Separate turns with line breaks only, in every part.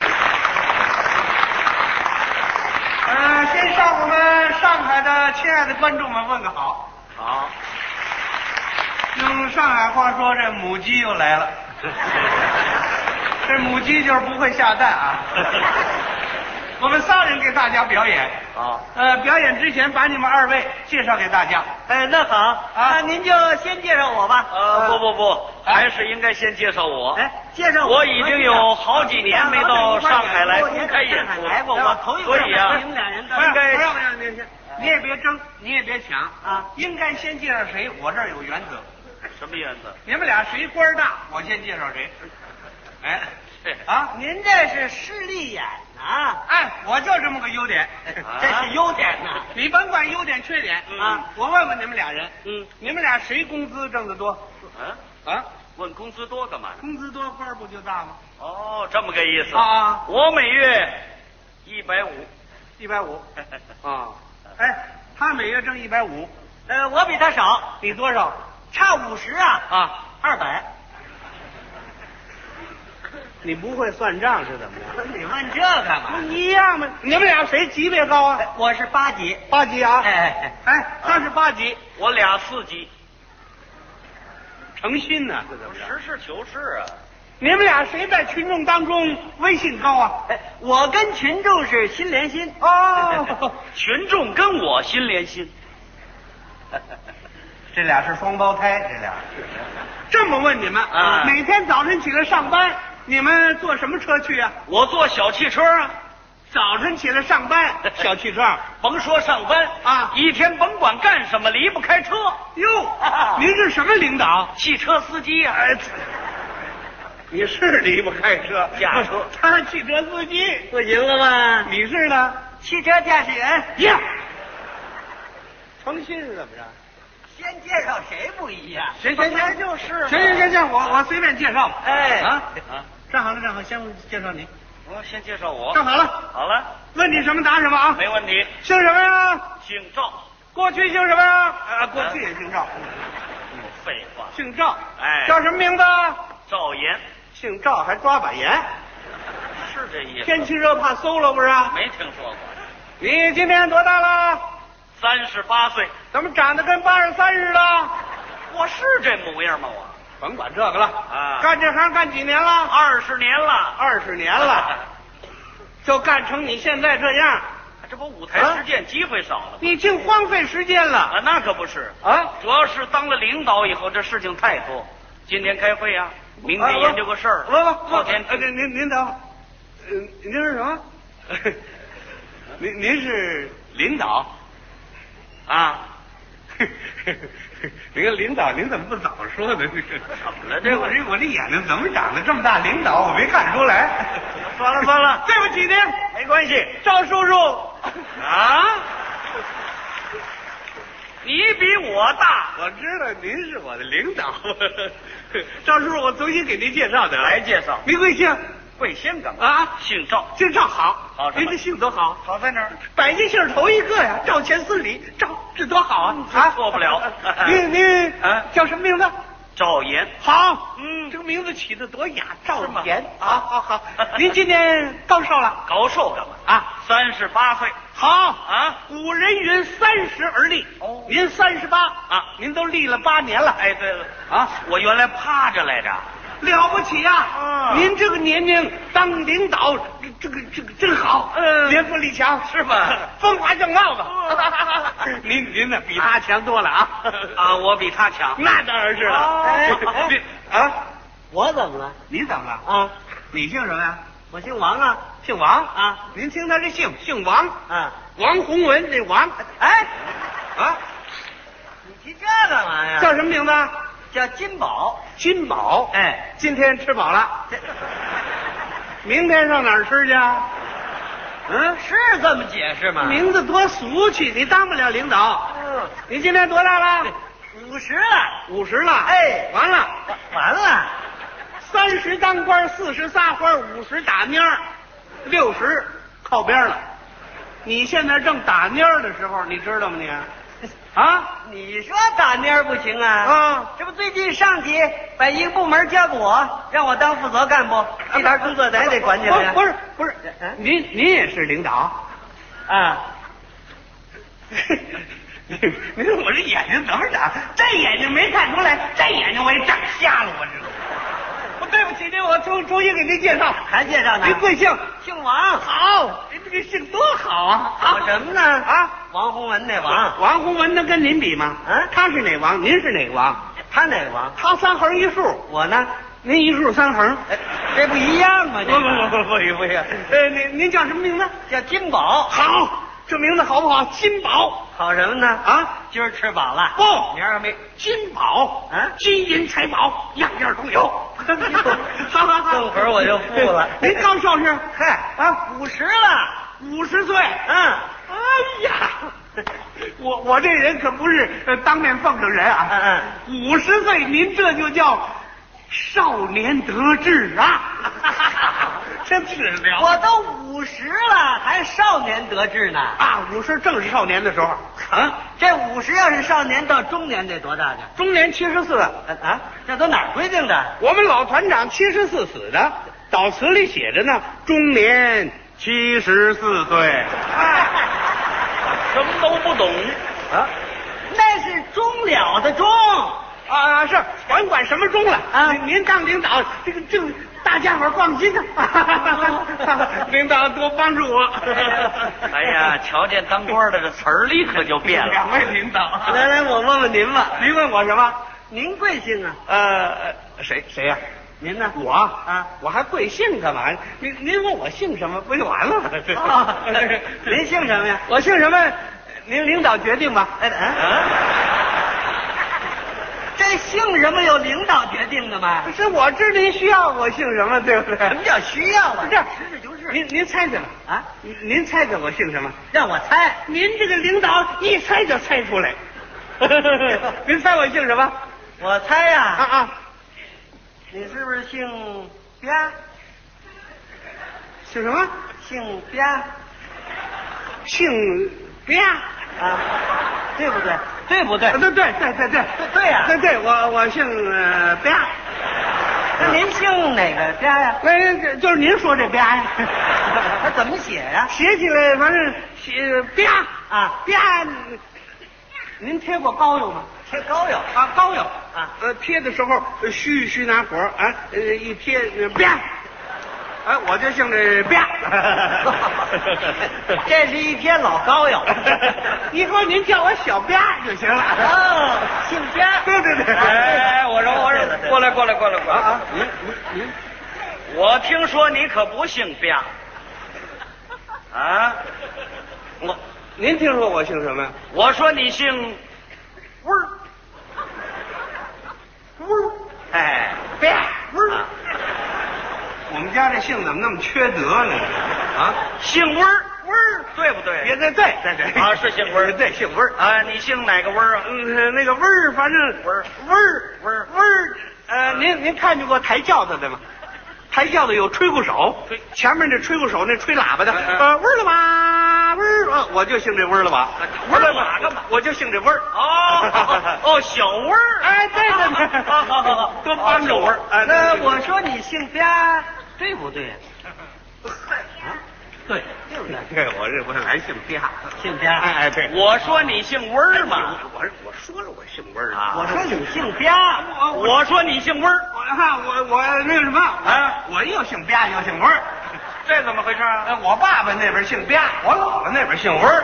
呃上海的亲爱的观众们问个好。
好，
用上海话说，这母鸡又来了。这母鸡就是不会下蛋啊。 我们仨人给大家表演。
好，
呃，表演之前把你们二位介绍给大家。
哎，那好
啊
啊，您就先介绍我吧。
啊
呃，不不不，
啊
还是应该先介绍我。
哎，介绍
我已经有好几年没到上海来公开演出，
来过，我头一
所
回
以啊
你，们俩人
不要
应
不
该
要不要，你你也别争，你也别抢
啊
应该先介绍谁？我这儿有原则，
什么原则？
你们俩谁官儿大，我先介绍谁。哎，啊，
您这是势利眼呐，
哎，我就这么个优点，
啊
这啊是优点呐。
你甭管优点缺点
嗯
啊，我问问你们俩人，
嗯，
你们俩谁工资挣得多？
嗯，
啊，
问工资多干嘛呢？
工资多官儿不就大吗？
哦，这么个意思。
啊
我每月一百 五。
一百五。啊，哎，他每月挣一百五，
呃，我比他少，
你多少？
差五十啊，
啊，
二百。
你不会算账是怎么样？
你问这干
不
嘛？
一样吗？你们俩谁级别高啊？
我是八级。
八级啊？
哎哎
哎，他是八级，
我俩四级，
诚心呢、是怎么样？
实事求是啊。
你们俩谁在群众当中威信高啊？
哎， 我跟群众是心连心。
哦，
群众跟我心连心，
这俩是双胞胎，这俩。 这么问你们
啊
每天早晨起来上班，你们坐什么车去啊？
我坐小汽车啊，
早晨起来上班，小汽车。
甭说上班
啊
一天甭管干什么，离不开车，
哟， 您是什么领导？
汽车司机啊，
哎你是离不开车，
驾 车
他是汽车司机，
不行了吧？
你是呢？
汽车驾驶员，
呀，诚信是怎么着？
先介绍谁不一样？
谁谁
本来
谁
就是嘛
行行行行，我我随便介绍吧。
哎
啊，
啊，
站好了站好，先介绍你。
我先介绍我
站，好了，
好了，
问你什么答什么啊？
没问题，
姓什么呀？
姓赵，
过去姓什么呀？啊，过去也姓赵，
废话，
姓赵。
哎
叫什么名字？
赵岩，
姓赵还抓把盐，
是这意思？
天气热怕馊了不是？
没听说过，
你今年多大了？
三十八岁，
怎么长得跟八十三似的？
我是这模样吗？我
甭管这个了啊
啊
干这行干几年了？
二十年了，
二十年 了，就干成你现在这样，
这不舞台实践机会少了吗？
你净荒废时间了
啊，那可不是，
啊！
主要是当了领导以后，这事情太多。今天开会啊，明天研究个事儿，
不不不，
后天
呃您您您等会儿，呃，您是什 么？您您是领导啊？ 您个领导，您怎么不早说呢？怎
么了这
我这我这眼睛怎么长得这么大？领导，我没看出来。
算了算 了
对不起您，
没关系
赵叔叔。
啊。你比我大，
我知道您是我的领导， 赵叔叔，我重新给您介绍的啊。
来介绍
您贵姓？
贵姓干嘛？
啊，
姓赵，
姓赵好，
好
您这姓多好，
好在哪儿？
百家姓头一个呀，赵钱孙李，赵这多好啊！
嗯这
啊，
错不了
您您
啊
叫什么名字？
赵岩，
好，
嗯
这个名字起的多雅，赵
吗
岩。
啊
好好好， 您今年高寿了？
高寿干嘛？
啊，
三十八岁
好。
啊！
古人云三十而立，
哦
您三十八
啊
您都立了八年了，
哎，对了，
啊，
我原来趴着来着，
了不起呀、
啊
您这个年龄当领导，这个这个真好。
嗯
年富力强
是吗
风华正茂吧？
嗯
您您呢比他强多了啊！
啊，我比他强。
那当然是了。
哦哎哎
您啊，
我怎么了？
你怎么了？
啊，
你姓什么呀？
我姓王啊
姓王
啊。
您听他这姓，姓王，
啊！
王洪文那王
哎，
啊，
你提这干嘛呀？
叫什么名字？
叫金宝。
金宝。
哎，
今天吃饱了，
这
明天上哪儿吃去啊？嗯。
是这么解释吗？
名字多俗气，你当不了领导。
嗯，
你今年多大了？
五十了，
五十了。
哎
完了，
完完了，
三十当官，四十撒欢，五十打蔫儿，六十靠边了。你现在正打蔫儿的时候，你知道 吗你？啊
你说打蔫儿不行啊？
啊，
这不最近上级把一个部门交给我，让我当负责干部，这点工作咱也得管起来呀。
不不是不是
嗯，
您您也是领导，
啊，
你你说我这眼睛怎么长？这眼睛没看出来，这眼睛我也长瞎了，我知道。我对不起您，我重重新给您介绍，
还介绍呢？
您贵姓？
姓王，
好，您这个姓多好啊！
好什么呢？
啊，
王洪文那王，
王洪文能跟您比吗？
嗯
他是哪王？您是哪王？
他哪个王？
他三横一竖，
我呢？
您一竖三横。
哎，这不一样吗？这个
不不不呀！呃，您您叫什么名字？
叫金宝，
好，这名字好不好？金宝
好什么呢？啊，
啊，
今儿吃饱了，
不
明儿还没。
金宝
啊
金银财宝样样都 有。好好好，
等会儿我就富了
您哎高寿是？
嗨，
啊，
五十了，
五十岁。
嗯，
哎呀，我我这人可不是呃当面奉承人啊。
嗯嗯
五十岁您这就叫少年得志啊！ 真是了
我都五十了，还少年得志呢。
啊！五十正是少年的时候啊，
这五十要是少年到中年得多大呢？
中年七十四。
啊啊，这都哪儿规 定的？
我们老团长七十四死的，悼词里写着呢，终年七十四岁。
什么都 不懂。
啊
那是终了的终，
啊，是，甭管什么钟了
啊
您您当领导，这个这个大家伙儿放心呐、 领导多帮助我。
哎呀，，瞧见当官的这词儿立刻就变了。
两位领导，
来来，我问问您吧，
您问我什么？
您贵姓啊？
呃，谁谁呀、
您呢？
我
啊，
我还贵姓干嘛？您您问我姓什么，不就完了吗？
啊 您姓什么呀？
我哦姓什么？您领导决定吧。
哎啊，这姓什么有领导决定的吗？
是我知您需要我姓什么，对不对？
哎什么叫需要啊？
不 是
实事求是
您您猜猜吧，
啊，
您您猜猜我姓什么？
让我猜，
您这个领导一猜就猜出 来。您猜我姓什么？
我猜呀、
啊啊，
你是不是姓吧？
姓什么？
姓吧
姓别啊？
啊，对不对？对不啊对
对对对对对
对对呀
对对，我我姓呃别啊。
那您姓哪个吧呀、
哎，这就是您说这边呀，
他怎么写呀、
写起来反正写吧
啊，
吧。您贴过膏药吗？
贴膏药
啊，膏药
啊
呃，贴的时候呃虚虚拿火啊，呃，一贴呃啪，哎、我就姓这 啪。
这是一贴老膏药。
以后您叫我小啪就行了。
哦，姓边。
对对对，
哎，我说我
对了对
说，
了
过来过来过来过
啊
来
啊！，您您您，
我听说你可不姓吧？啊，我
您听说我姓什么呀？
我说你姓
嗡儿嗡儿
哎，
啪嗡儿。我们家这姓怎么那么缺德呢？啊，
姓温儿温儿，对不
也
对？
对对对对
啊是姓温儿
对姓温儿。
啊，你姓哪个温儿啊？
嗯，那个味儿，反正
味儿
味儿
味儿
味儿。呃，您您看见过抬轿子的吗？抬轿子有吹鼓手，
吹
前面那吹鼓手那吹喇叭的，
嗯嗯
呃，味儿了吧，味儿，呃我就姓这味儿了吧，
味儿了吧干嘛
我就姓这味儿。
哦哦，小温儿。
哎，对对对，
好好好好，
多帮着我。哎
那我说你姓边，对不对？对，对不对？
对，我这我来姓边，
姓边
哎哎，对，
我说你姓温儿嘛，
我我说了我姓温儿
啊
我说你姓边，
我我
我说哎你姓温儿，
我哈我我那个什么
啊，
我又姓边又姓温 儿。
这怎么回事啊？
呃，我爸爸那边姓边，我姥姥那边姓温儿，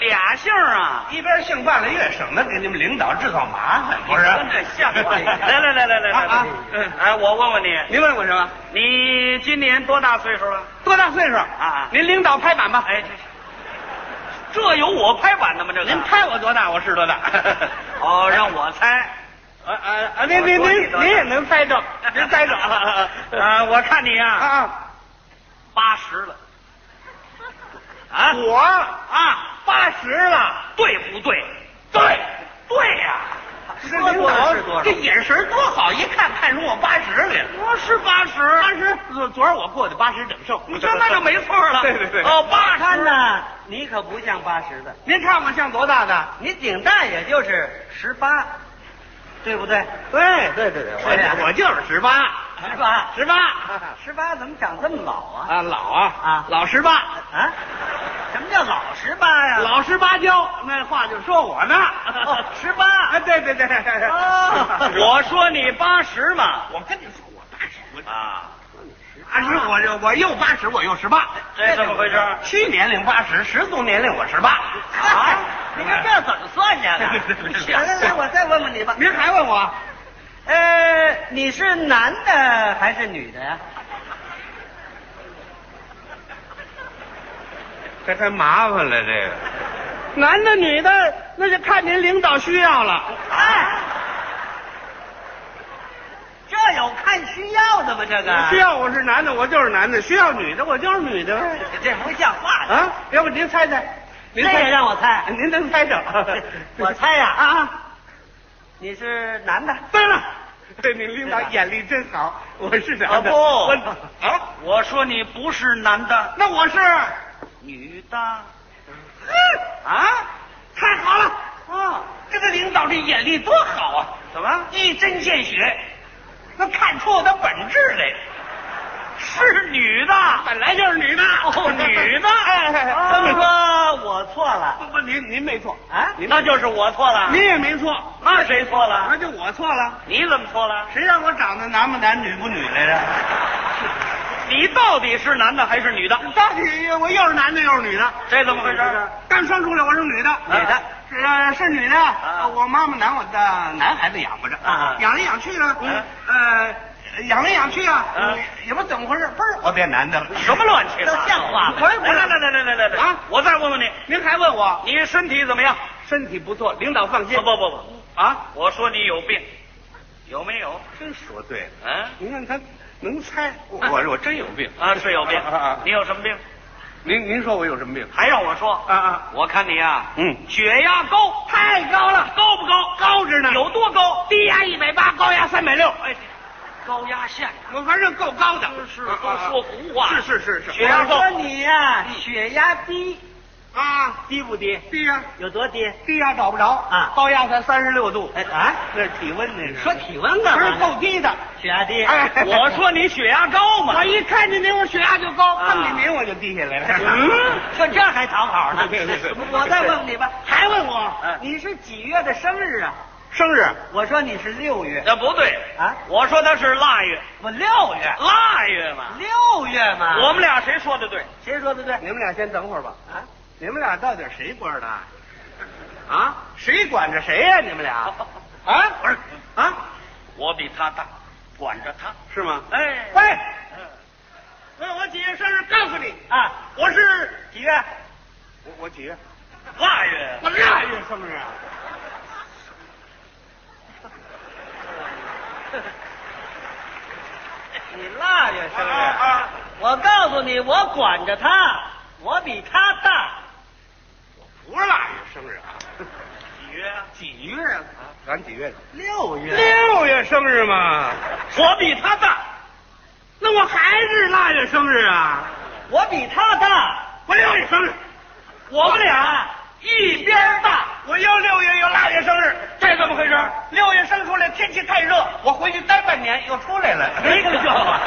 俩姓儿啊。
一边姓半个月，省得给你们领导制造麻烦，不是？
这像话！啊来来来来来
啊啊
来，嗯，哎，我问问你，
您问我什么？
你今年多大岁数了？
多大岁数？
啊
您领导拍板吧。
哎，这这有我拍板的吗？这个
您 拍我多大，我是多 大。
哦，让我 猜
啊啊啊！您您您您也能猜中，您猜中
啊！我看你
啊
啊，
啊！
八十了啊
我
啊，
八十了，
对不对？
对。
对呀，
这领导
多是多少
这眼神多好，一看看出我八十来了。
我是八十，
八十，昨昨儿我过的八十整寿，
你说那就没错了。
对对对
哦，八
看
十，
呐，你可不像八十的，
您看我像多大的？
你顶大也就是十八，对不对？
对对对对，
是呀
我我就是十八，
十八，
十八
十八怎么长这么老啊？
啊，老啊
啊
老十八，
啊，什么叫老十八呀？
老实巴交，那话就说我呢。
哦十八
哎，对对对，
哦
我说你八十嘛，
我跟你说，我八十，我
啊，
八十，我就我又八十，我又十八。
这怎么回事？
去年龄八十，十足年龄我十八。
啊，你看这怎么算呀？来来来，我再问问你吧。
您还问我？
呃，你是男的还是女的呀？
这太麻烦了，这个
男的女的，那就看您领导需要了。
哎，这有看需要的吗？这个
需要我是男的，我就是男的；需要女的，我就是女的呗。
这不像话了。
啊，要不您猜猜？
这
您猜
也让我猜，
您能猜着？
我猜呀啊，
啊，
你是男的。
对了， 对，你领导眼力真好，我是男的。
哦
我啊，
我说你不是男的，
那我是
女的。
啊，太好了啊！这个领导这眼力多好啊！
怎么？
一针见血，能看出我的本质来。
是女的？
本来就是女的，
哦女 的啊
哎哎哎
这么说，我错了
不不，您您没错，
啊？
那就是我错了。
您也没错，
啊那谁错
那
了？
就我错了。
你怎么错了？
谁让我长得男不男女不女来着？
你到底是男的还是女的？
到底我又是男的又是女的？
这怎么回事？
刚生出来我是女的，
女的
是呃是女的。呃我妈妈拿我的男孩子养活着
啊，
养来养去呢，
嗯
呃，养来养去啊
嗯，
也不知道怎么回事，嘣儿，我变男的了。
什么乱七八糟？
这像话吗
我也不来来来来来来来
啊
我再问问你，
您还问我
你身体怎么样？
身体不错，领导放心
不。不不不，
啊，
我说你有病，有没有？
真说对了，
嗯
您看他能猜，我
啊
我我真有病。
啊，是有病
啊啊啊。
你有什么病？
您您说我有什么病？
还让我说？
啊啊，
我看你啊，
嗯
血压高，
太高了，
高不高？
高着呢。
有多高？
低压一百八，高压三百六，
哎，高压线呐
我反正够高的。啊
是都说胡话。
是是是是
血压
我
高
说你呀，血压低，
啊，
低不低？
低呀、
有多低？
低压找不着
啊
高压才三十六度，
哎啊，
那是体温那是。
说体温
不
干
是
嘛呢？
够低的，
血压低。
哎
我说你血压高嘛
我？一看见您我血压就高，
啊
看不见您我就低下来了。？
嗯，
这这还讨好 呢
对对对
我再问问你 吧，嗯
还问我
哎
你是几月的生日啊？
生日？
我说你是六月
那不对
啊
我说他是腊月，
我六月，
腊月嘛。
六月
啊
嘛。
我们俩谁说的对？
谁说的对？
你们俩先等会儿吧。
啊，
你们俩到底谁官的？啊，谁管着谁呀、你们俩？啊，不是啊，
我比他大，管着他。
是吗？
哎，
喂，问呃我几月生日？告诉你，
啊，
我是
几月？
我我几月？
腊月
我腊月生日啊。
你腊月生日。
啊啊啊
我告诉你，我管着他，我比他大。
不是腊月生日啊，
几月啊？
几月啊？咱几月？
六月
六月生日嘛，
我比他大，
那我还是腊月生日啊，
我比他大。
我六月生日，
我们俩一边大。
我又六月又腊月生日，
这怎么回事？
六月生出来天气太热，我回去待半年又出来了。
没个笑话。